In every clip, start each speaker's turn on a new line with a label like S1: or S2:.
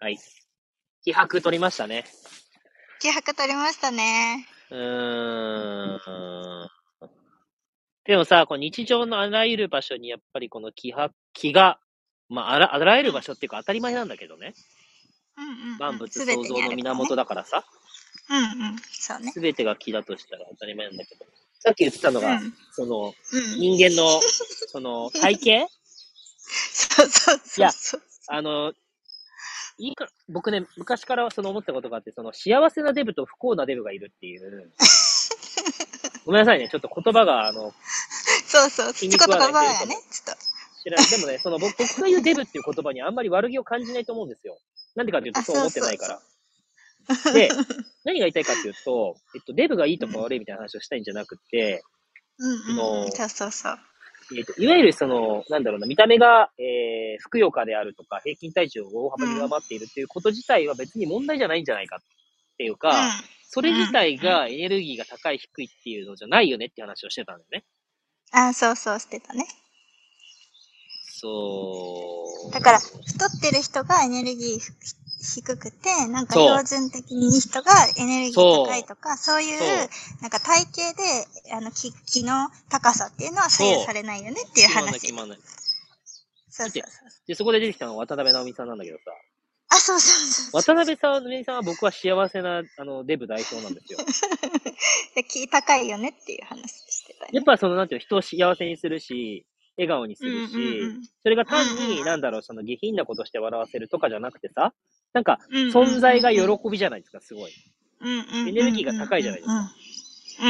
S1: はい。気迫取りましたね。
S2: 気迫取りましたね。
S1: うーん。でもさ、こう日常のあらゆる場所にやっぱりこの気迫、気が、まあ、あらあらゆる場所っていうか当たり前なんだけどね。
S2: うんうん、うん。
S1: 万物
S2: 全て
S1: 創
S2: に
S1: 造
S2: あ
S1: の
S2: る
S1: 源
S2: ね
S1: だからさ、
S2: うんうん。そうね。
S1: すべてが気だとしたら当たり前なんだけど。さっき言ってたの
S2: う
S1: が、
S2: ん。
S1: その
S2: うん。
S1: 人間の、その体型
S2: そうそう
S1: い
S2: そう
S1: や
S2: そう。
S1: あの、いいか、僕ね、昔からその思ったことがあって、その幸せなデブと不幸なデブがいるって いう。ごめんなさいね、ちょっと言葉が、あの、
S2: そうそう。
S1: 気
S2: ち
S1: に
S2: ょ
S1: 食
S2: こ
S1: わ
S2: と
S1: ない
S2: 言葉が
S1: という
S2: ね
S1: こ、
S2: ちょっ
S1: 知らない。でもね、その僕僕が言うデブっていう言葉にあんまり悪気を感じないと思うんですよ。なんでかっていうと、
S2: あ
S1: そう思ってないから。で、何が言いたいかっていうと、えっと、デブがいいとか悪いみたいな話をしたいんじゃなくて、
S2: と。うんうんうん。
S1: の
S2: そうそうそう。
S1: えっと、いわゆるその、なんだろうな、見た目が、えー、ふくよかであるとか、平均体重を大幅に上回っているっていうこと自体は別に問題じゃないんじゃないかっていうか、
S2: うん。
S1: それ自体がエネルギーが高い低いっていうのじゃないよねって話をしてたんだよね。
S2: あ、そうそうしてたね。
S1: そう。
S2: だから、太ってる人がエネルギー低くて、なんか
S1: そう
S2: 標準的にいい人がエネルギー高いとか、そういう
S1: そう
S2: なんか体型で、あの、気、気の高さっていうのは左
S1: そう
S2: 右されないよねっていう
S1: 決まんない
S2: 話。
S1: 決まんない。
S2: そうそうそう。
S1: で、そこで出てきたのは渡辺直美さんなんだけどさ、
S2: あ、そうそうそ
S1: 渡
S2: う。
S1: 辺さん直美さんは僕は幸せなあのデブ代表なんです よ。
S2: で気高いよねっていう話してた
S1: やっ
S2: ね。
S1: ぱその、なんていうの人を幸せにするし、笑顔にするし、それが単に、なんだろう、その下品なことして笑わせるとかじゃなくてさ、なんか、存在が喜びじゃないですか、すごい。
S2: エ
S1: エネルギーが高いじゃないです
S2: か。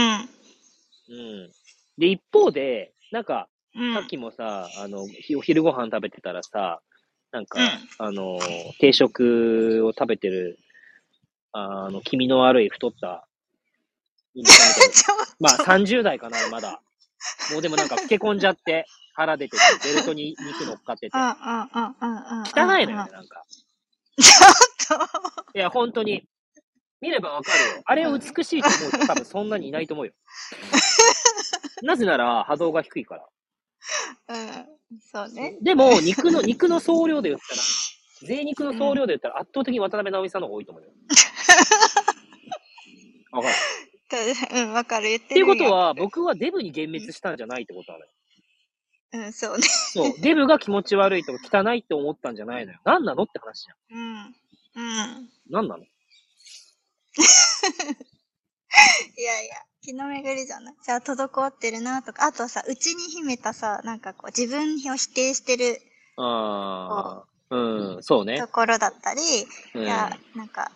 S2: うん
S1: うん。で、一方で、なんか、
S2: うん。
S1: さっきもさ、あの、ひお昼ご飯食べてたらさ、なんか、
S2: うん
S1: あの、定食を食べてる、あの、気味の悪い太った、いいね
S2: ちょっと
S1: まあ、30代かな、まだ。もうでもなんか、老け込んじゃって、腹出てて、ベルトに肉乗っかってて、
S2: うん
S1: 汚
S2: うんうんうんうん。
S1: いのよね、なんか。
S2: ちょっと。
S1: いや、本当に。見ればわかるよ。あれを美しいと思う人多分そんなにいないと思 うよ。なぜなら、波動が低いから。
S2: うん。そうね。
S1: でも、肉の、肉の総量で言ったら、贅肉の総量で言ったら圧倒的に渡辺直美さんの方が多いと思うよ。 わかる。っ
S2: とうん、わかる。言って
S1: てい
S2: る
S1: うこ
S2: よ
S1: とは、僕はデブに幻滅したんじゃないってことなのよ。
S2: うん、そうね。
S1: そう。デブが気持ち悪いとか汚いって思ったんじゃないのよ。何なのって話じゃ
S2: うん。うん。
S1: ん。何なの
S2: いやいや、気の巡りじゃないじゃあ、滞ってるなとか、あとさ、うちに秘めたさ、なんかこう、自分を否定してる
S1: ああ。うん、そうね
S2: と。ころだったり、
S1: うん。
S2: いや、なんか、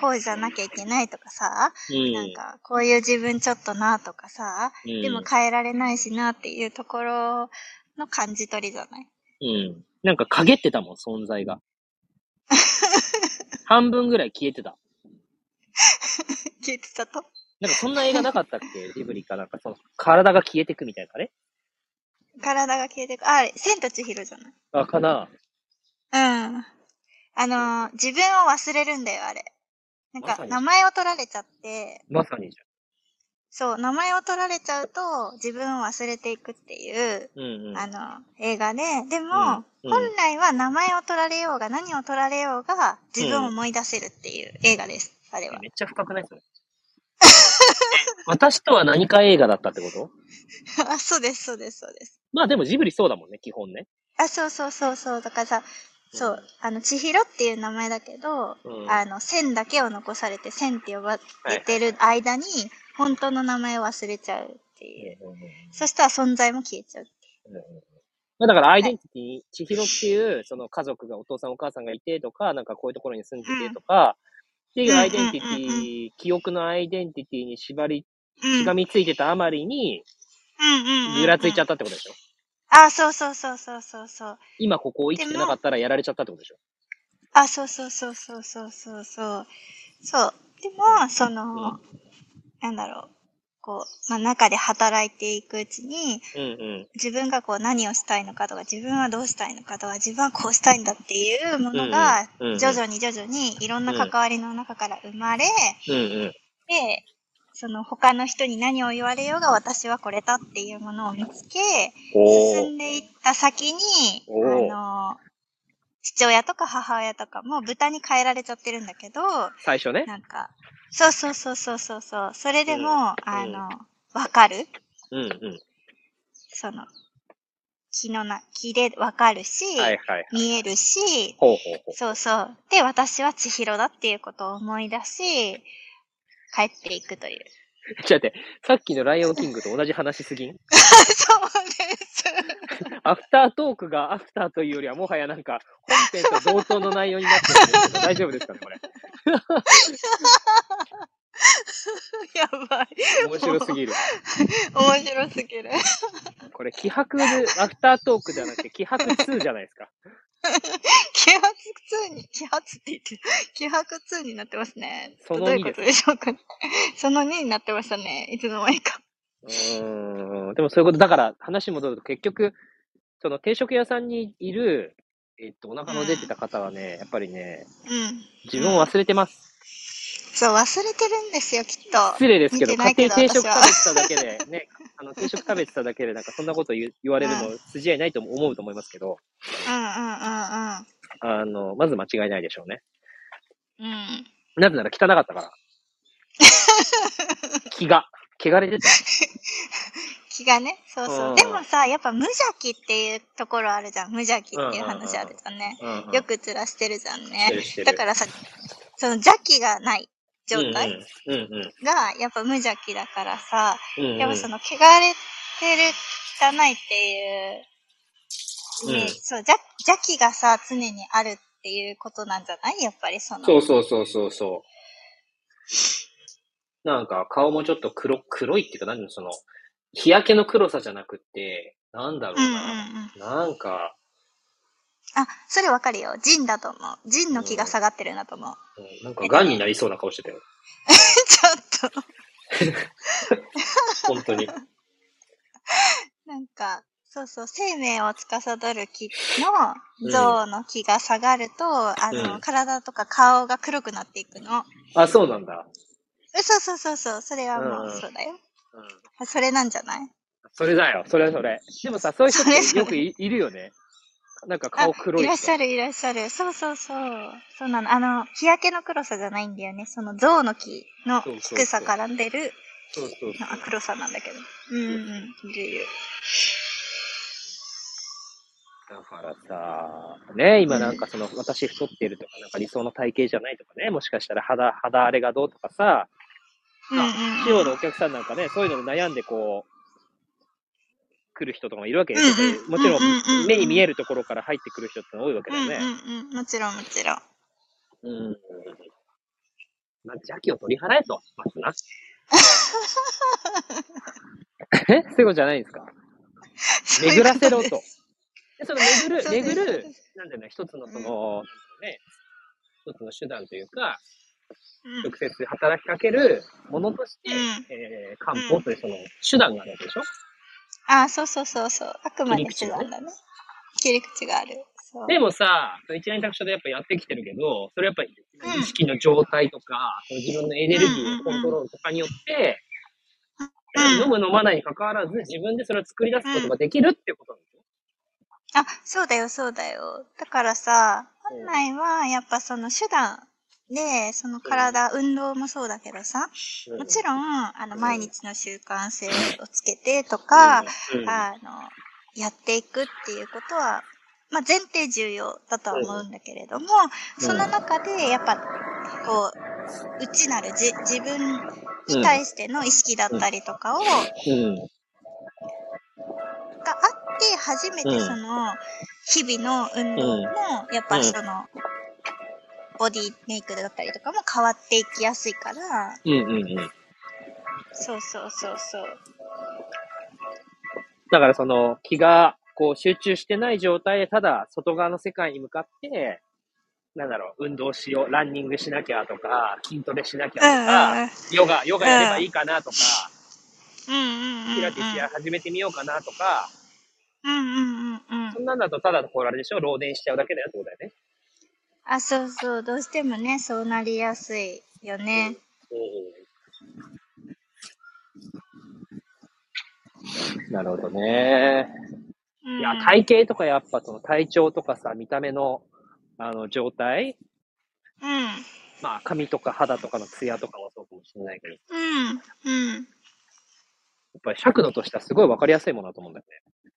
S2: こうじゃなきゃいけないとかさ、
S1: うん
S2: なんか、こういう自分ちょっとなとかさ、
S1: うん
S2: でも変えられないしなっていうところの感じ取りじゃない
S1: うん。なんか陰ってたもん、存在が。半分ぐらい消えてた。
S2: 聞いてたと
S1: なんかそんな映画なかったっけデブリかなんか、その体が消えてくみたいなね。
S2: 体が消えてく。あ、あれ、千と千尋じゃない
S1: あ、かな。
S2: うん。あのー、自分を忘れるんだよ、あれ。なん
S1: まさ
S2: か、
S1: に
S2: 名前を取られちゃって、
S1: まさにじ
S2: そう、名前を取られちゃうと、自分を忘れていくっていう、
S1: ゃん。うんうん。
S2: あの、映画で、でも、
S1: うん
S2: 本来は名前を取られようが、何を取られようが、自分を思い出せるっていう映画です、あれは。
S1: めっちゃ深くないそれ。 私とは何か映画だったってこと
S2: あ、 そうです、そうです、そうです。
S1: まあでもジブリそうだもんね、基本ね。
S2: あ、そうそうそうそう、だからさ、そう、あの、千尋っていう名前だけど、
S1: うん
S2: あの、千だけを残されて、千って呼ばれてる間に、本当の名前を忘れちゃうっていう。そしたら存在も消えちゃう。
S1: まあだからアイデンティティ、千尋っていう、その家族が、お父さんお母さんがいてとか、なんかこういうところに住んでてとか、っていうアイデンティテ
S2: うんうんうん
S1: ィ、記憶のアイデンティティに縛り、
S2: うん
S1: しがみついてたあまりに、
S2: うんうん。
S1: ぐらついちゃ
S2: っ
S1: ったってことでしょ
S2: た。あ、そうそうそうそうそうそう。
S1: 今ここを生きてなかったらやられちゃったってことでしょ
S2: あ、そうそうそうそうそうそうそう。そう。でも、その、
S1: う
S2: なんだろう。こう、まあ、中で働いていくうちに、
S1: うんうん。
S2: 自分がこう何をしたいのかとか、自分はどうしたいのかとか、自分はこうしたいんだっていうものが、
S1: うんうんうんうん
S2: 徐々に徐々にいろんな関わりの中から生まれ、
S1: うんうん。
S2: で、その他の人に何を言われようが私はこれだっていうものを見つけ、
S1: おー
S2: 進んでいった先に、
S1: おー
S2: あの、父親とか母親とかも豚に変えられちゃってるんだけど、
S1: 最初ね。
S2: なんか、そうそうそうそうそうそう、それでも、
S1: うん
S2: あの、わかる
S1: うんうん。
S2: その、気のな、気でわかるし、
S1: はいはい。
S2: 見えるし、
S1: ほうほうほう。
S2: そうそう。で、私は千尋だっていうことを思い出し、帰っていくと いう。
S1: ちょっと待って、さっきのライオンキングと同じ話すぎん
S2: そうです。
S1: アフタートークがアフターというよりは、もはやなんか、本編と同等の内容になってるんですけど、大丈夫ですかね、これ。
S2: やばい。
S1: 面白すぎる。
S2: 面白すぎる。
S1: これ、気迫で、アフタートークじゃなくて、気迫2じゃないですか。
S2: 気発2に、気発って言ってる、気迫2になってますね。
S1: その
S2: どう
S1: 2
S2: いうことでしょうかね。その2になってましたね。いつの間にか。
S1: うーん、でもそういうこと、だから話戻ると、結局、その定食屋さんにいる、えっと、お腹の出てた方はね、やっぱりね、
S2: うん。
S1: 自分を忘れてます。
S2: そう、忘れてるんですよ、きっと。
S1: 失礼ですけど、
S2: 見てな
S1: 家
S2: いけ
S1: 庭定食食
S2: ど
S1: べて
S2: 私
S1: ただけで、ね、あの定食食べてただけで、なんかそんなこと言う言われるの、筋合いないと思うと思いますけど、
S2: う
S1: あの、まず間違いないでしょうね。
S2: んうんうんうん。うん。
S1: なぜなら汚かった から。気が、汚れてた。
S2: 気がね、そうそうう。
S1: ん
S2: でもさ、やっぱ無邪気っていうところあるじゃん。無邪気っていう話あるじゃんね。
S1: うんうん
S2: よくずらしてるじゃん
S1: してる
S2: ね。
S1: してる
S2: だからさ、その邪気がない状態
S1: うんうんうん
S2: が、やっぱ無邪気だからさ、
S1: うんうん
S2: やっぱその、汚れてる、汚いっていう、ね
S1: うん
S2: そう、邪邪気がさ、常にあるっていうことなんじゃないやっぱりその。
S1: そうそうそうそうそう。なんか顔もちょっと黒、黒いっていうか、何その、日焼けの黒さじゃなくて、なんだろう
S2: うんうんうん。
S1: な。なんか、
S2: あ、それわかるよ。ジンだと思う。ジンの気が下がってるんだと思う。
S1: うんなんか癌になりそうな顔してたよ。
S2: ちょっと、
S1: 本当に。
S2: なんか、そうそう、生命を司る気の像の気が下がると、あの、
S1: うん
S2: 体とか顔が黒くなっていくの。
S1: あ、そうなんだ。
S2: えそうそうそうそう、それはも
S1: うんうん
S2: うそうだよ。
S1: うん。
S2: それなんじゃない
S1: それだよ。それそれ。でもさ、そういう人っ
S2: そ
S1: て
S2: れ
S1: よくいいるよね。なんか顔黒い
S2: い
S1: 人。
S2: らっしゃるいらっしゃる。そうそうそう。そうなの。あの、日焼けの黒さじゃないんだよね。その像の気の
S1: そうそうそう
S2: 低さから出る
S1: そうそうそう。
S2: あ黒さなんだけど。うんうん、いるいる。
S1: だからさ、ね、今なんかその、私太ってるとか、なんか理想の体型じゃないとかね、もしかしたら肌、肌荒れがどうとかさ、
S2: うんうん
S1: 地方のお客さんなんかね、そういうので悩んでこう、来る人とかもいるわけですよ、
S2: うんうん
S1: もちろ
S2: うんうんうん
S1: ん、目に見えるところから入ってくる人って多いわけだよ
S2: うん。
S1: ね。
S2: うんうんうん。もちろんもちろん。
S1: うん。まあ、邪気を取り払えと、まずな。 えそういうことじゃないんですか巡らせろ と。でその巡る、
S2: そうです
S1: 巡
S2: そう
S1: る
S2: で、
S1: なんていうの、一つのその、ね、一つの手段というか、
S2: うん
S1: 直接働きかけるものとして、
S2: うん
S1: えー、漢方というその手段があるわけでしょ、
S2: ああ、そうそうそうそう。あくまで
S1: 切り口
S2: 手
S1: がね
S2: 段だね。切り口がある。そう。
S1: でもさ、その一連卓書でやっぱやってきてるけど、それやっぱり意識の状態とか、その自分のエネルギーのコントロールとかによって、
S2: うん
S1: 飲む飲まないに関わらず、自分でそれを作り出すことができるっていうことなんですよ。
S2: あ、そうだよ、そうだよ。だからさ、
S1: うん
S2: 本来はやっぱその手段で、その体、運動もそうだけどさ、もちろん、あの、
S1: うん
S2: 毎日の習慣性をつけてとか、
S1: うん、うん
S2: あの、やっていくっていうことは、まあ、前提重要だとは思うんだけれども、その中で、やっぱ、こう、内なるじ自分に対しての意識だったりとかを、があ
S1: うん
S2: って、初め
S1: う
S2: て
S1: ん
S2: その、日々の運動も、やっ
S1: う
S2: ぱ
S1: ん
S2: その、ボディメイクだったりとかも変わっていきやすいから、
S1: うんうんうん。
S2: そうそうそうそう。
S1: だからその気がこう集中してない状態で、ただ外側の世界に向かって、なんだろう、運動しよう、ランニングしなきゃとか、筋トレしなきゃと
S2: うんうんう
S1: か
S2: ん、
S1: ヨガ、ヨガやればいいかなとか、
S2: うんうんうん、うん。
S1: ピラティスや始めてみようかなとか、
S2: うんうんうんうん。
S1: そんなんだとただこれあれでしょ漏電しちゃうだけだよってことだよね。
S2: あ、そうそう、どうしてもね、そうなりやすいよね。
S1: なるほどね。
S2: うん、
S1: いや、体型とかやっぱその体調とかさ、見た目のあの、状態
S2: うん。
S1: まあ、髪とか肌とかのツヤとかもそうかもしれないけど、や
S2: うん。うん。
S1: っぱり尺度としてはすごいわかりやすいものだと思うんだよね。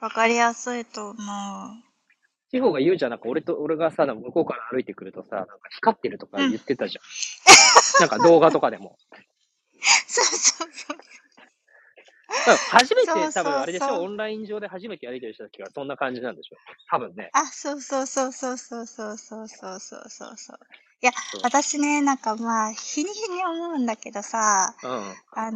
S2: わかりやすいと思う。
S1: 地方が言うじゃん、なんか俺と、俺がさ、なんか向こうから歩いてくるとさ、なんか光ってるとか言ってたじゃん。なんか動画とかでも。
S2: そうそうそう。
S1: 多分初めて
S2: そうそうそう
S1: 多分あれでしょオンライン上で初めてやり取りした時はそんな感じなんでしょ多分ね。
S2: あ、そうそうそうそうそうそうそうそうそうそうそう。いや
S1: そう、
S2: 私ね、なんかまあ、日に日に思うんだけどさ、
S1: うん。
S2: あ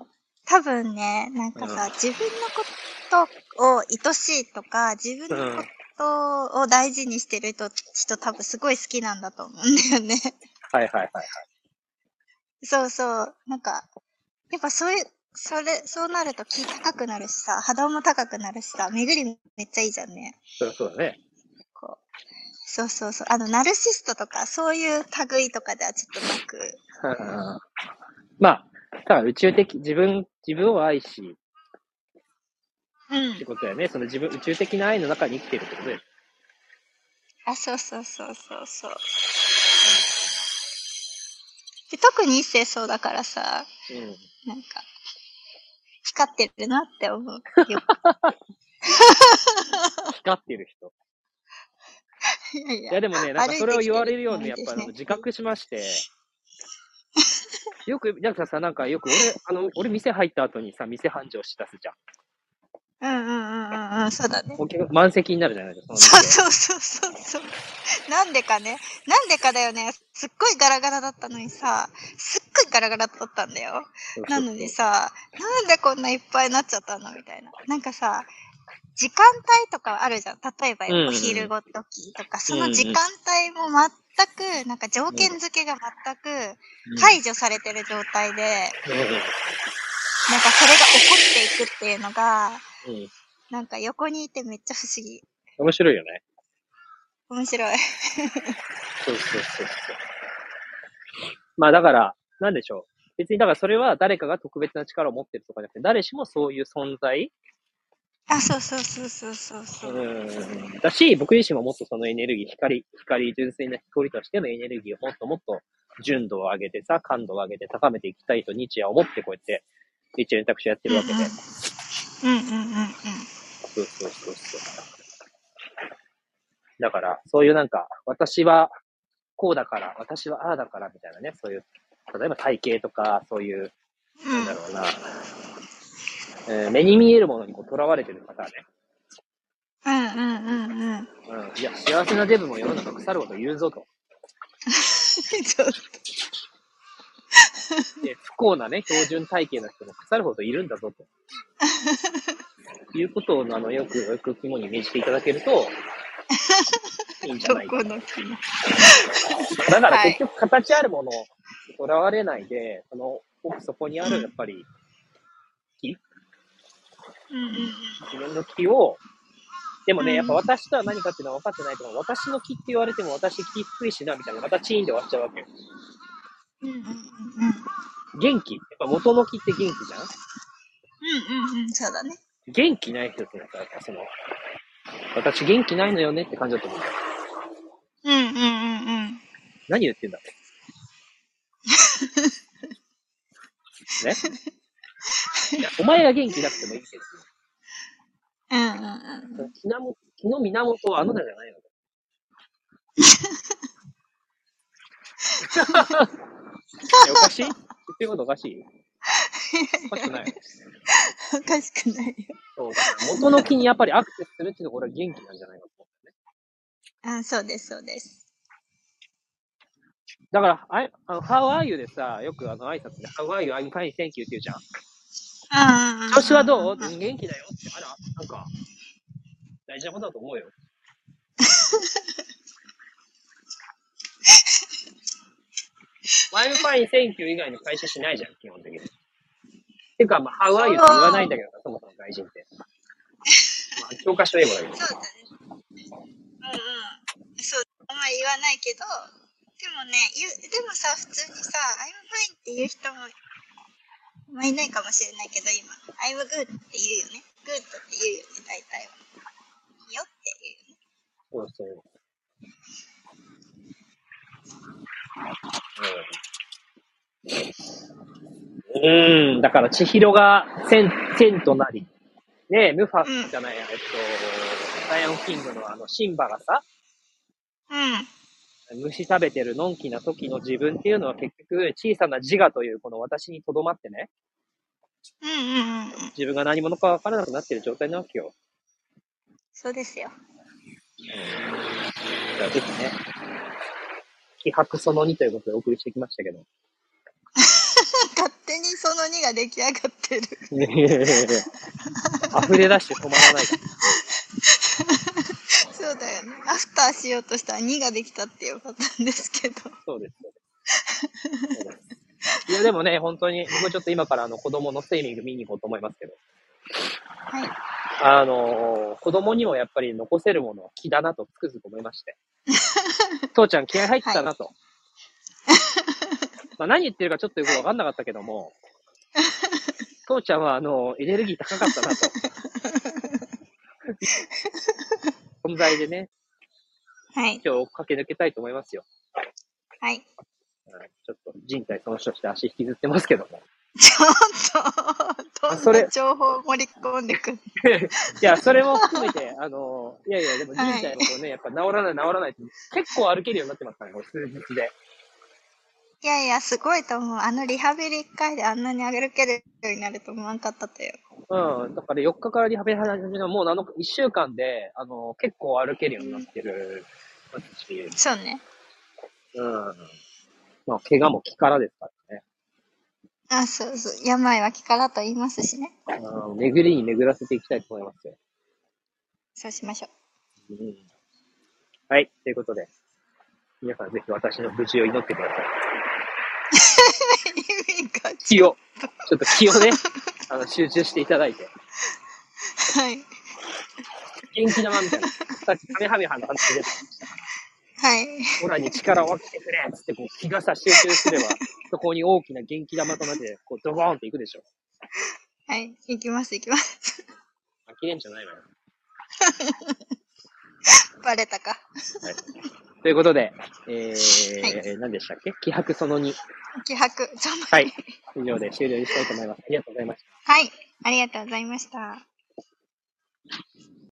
S2: のー、多分ね、なんかさ、
S1: うん
S2: 自分のことを愛しいとか、自分のことを大事にしてる人人多分すごい好きなんだと思うんだよね。
S1: はいはいはい。
S2: そうそう。なんか、やっぱそういう、それ、そうなると気高くなるしさ、波動も高くなるしさ、巡りめっちゃいいじゃんね。
S1: そうそうだね。
S2: こう。そうそうそう。あの、ナルシストとか、そういう類とかではちょっとなく。
S1: うんまあ、だから宇宙的、自分、自分を愛し、
S2: う
S1: って
S2: ん。
S1: ことだよね。その自分、宇宙的な愛の中に生きてるってことで。
S2: あ、そうそうそうそうそう。で特に一世そうだからさ、
S1: うん。
S2: なんか、光ってるなって思 う。よ
S1: 光ってる人。
S2: いやい
S1: いや
S2: や。
S1: でもね、なんかそれを言われるように、
S2: 歩
S1: や
S2: い
S1: って
S2: き
S1: ぱ
S2: てる
S1: りあの自覚しまして。よく、なんかさ、なんかよく俺、あの、俺店入った後にさ、店繁盛しだすじゃん。
S2: うんうんうんうんうん、そうだね。
S1: お客満席になるじゃないですか、その店
S2: そうそうそうそうそう。なんでかね。なんでかだよね。すっごいガラガラだったのにさ、すっごいガラガラだったんだよ。
S1: そうそう
S2: なのにさ、なんでこんないっぱいになっちゃったのみたいな。なんかさ、時間帯とかあるじゃん。例えば
S1: うんうん
S2: お昼ごときとか、そ
S1: うんう
S2: の
S1: ん
S2: 時間帯も全く、なんか条件付けが全く解除されてる状態で、なんかそれが起こっていくっていうのが、
S1: うんうん
S2: なんか横にいてめっちゃ不思議。
S1: 面白いよね。
S2: 面白い。
S1: そうそうそうそう。まあだから、なんでしょう。別にだからそれは誰かが特別な力を持ってるとかじゃなくて、誰しもそういう存在、
S2: あ、そうそうそうそうそうそう。
S1: うん、だし、僕自身ももっとそのエネルギー、光、光、純粋な光としてのエネルギーをもっともっと純度を上げてさ、感度を上げて高めていきたいと日夜思ってこうやって、日夜連択肢やってるわけで。
S2: うんうんうんうんうんうん。
S1: そうそうそうそう。だから、そういうなんか、私はこうだから、私はああだからみたいなね、そういう、例えば体型とか、そういう、
S2: う
S1: なん
S2: ん
S1: だろうな、えー目に見えるものにこう囚われてる方ね。
S2: うんうんうんうん。
S1: うん。いや、幸せなデブも世の中腐ること言うぞと。
S2: ちょっと
S1: で、不幸なね、標準体型の人も腐るほどいるんだぞと。いうことを、あの、よく、よく肝に銘じていただけると、いいんじゃないか
S2: どこの木も。
S1: だから
S2: はい
S1: 結局形あるものにとらわれないで、その奥底にあ
S2: うん
S1: るやっぱり木、
S2: うんうんうん。
S1: 自分の木を、でも
S2: う
S1: ね、
S2: ん
S1: やっぱ私とは何かっていうのは分かってないと思う。私の木って言われても私木低いしな、みたいな。またチーンで終わっちゃうわけよ。
S2: うんうんうんうん。
S1: 元気。やっぱ元の木って元気じゃん
S2: うんうんうん。そうだね。
S1: 元気ない人ってなんか、やっぱその、私元気ないのよねって感じだと思う。
S2: うんうんうんうん。
S1: 何言 ってんだろう。ねいやお前が元気なくてもいいけど。
S2: うんうんうん。
S1: 木なも木の源はあのだじゃないのえおかしい言ってることおかしいおかしくない
S2: おかしくないよ。
S1: そうだから元の木にやっぱりアクセスするっていうのはこれは元気なんじゃないかと思うね。
S2: あ、そうです、そうです。
S1: だから、あいあの How are you でさ、よくあの挨拶で How are you? I'm fine, thank you って言うじゃん。
S2: うんうんうん。
S1: 調子はどう
S2: うんうん
S1: 元気だよって。あら、なんか、大事なことだと思うよ。I'm fine, thank you 以外の会社しないじゃん、基本的に。てか、まあ、How are you って言わないんだけどな、そもそも外人って。まあ、教科書英語だけど。
S2: そうだね。うんうん。そう、あんま言わないけど、でもね、言うでもさ、普通にさ、I'm fine って言う人も、まあ、いないかもしれないけど、今、I'm good って言うよね。good って言うよね、大体は。いいよって言うよね。
S1: そうそう。うん、うんだから千尋が千、千となり、ねえ、ムファスじゃないや、えっと、ライオンキングのあの、シンバがさ、
S2: うん。
S1: 虫食べてるのんきな時の自分っていうのは結局、小さな自我というこの私にとどまってね、
S2: うんうんうんうん。
S1: 自分が何者かわからなくなってる状態なわけよ。
S2: そうですよ。
S1: だからぜひね、気迫その2ということでお送りしてきましたけど。
S2: 勝手にその2が出来上がってる。
S1: 溢れ出して止まらないから。
S2: そうだよね。アフターしようとしたら2ができたってよかったんですけど。
S1: そうです。そうですいや、でもね、本当に、僕ちょっと今からあの子供のスイミング見に行こうと思いますけど、
S2: はい。
S1: あのー子供にもやっぱり残せるものは気だなとつくづく思いま して。父ちゃん気合入ってたなと。まあ何言ってるかちょっとよくわかんなかったけども、父ちゃんはあのエネルギー高か ったなと。存在でね、
S2: はい。
S1: 今日駆け抜けたいと思いますよ。
S2: はい。
S1: はいちょっと人体損傷して足引きずってますけども。
S2: ちょっと、
S1: あ
S2: ど
S1: そ
S2: ん
S1: れ
S2: な情報を盛り込んでくる。
S1: いや、それも含めて、あの、いやいや、でも人体のことね、やっぱ治らない、治らないって、結構歩けるようになってますからね、これ数日で。
S2: いやいや、すごいと思う。あのリハビリ1回であんなに歩けるようになると思わんかったという。
S1: うん、だから4日からリハビリ始めたもう7日、1週間で、あの、結構歩けるようになってるし、
S2: そうね。
S1: うん。まあ、怪我も気からですからね。
S2: あ、そうそう。病は気からと言いますしね。
S1: うん、巡りに巡らせていきたいと思いますよ。
S2: そうしましょ
S1: う
S2: う。
S1: ん。はい、ということで、皆さんぜひ私の無事を祈ってください。
S2: 意味が
S1: 気を、ちょっと気をね、 あの、集中していただいて。
S2: はい。
S1: 元気玉みたいな。さっき、カメハメハの話で、
S2: はい。
S1: オラに力を分けてくれっつって、こう、日傘集中す れば、そこに大きな元気玉となって、こう、ドボーンっていくでしょ。
S2: はい。行きます、行きます。
S1: あきれんじゃないわよ。
S2: バレたか。
S1: ということで、え
S2: は
S1: ー、何でしたっけ気迫その2。
S2: 気迫。その
S1: はい。以上で終了にしたいと思います。ありがとうございました。
S2: はい。ありがとうございました。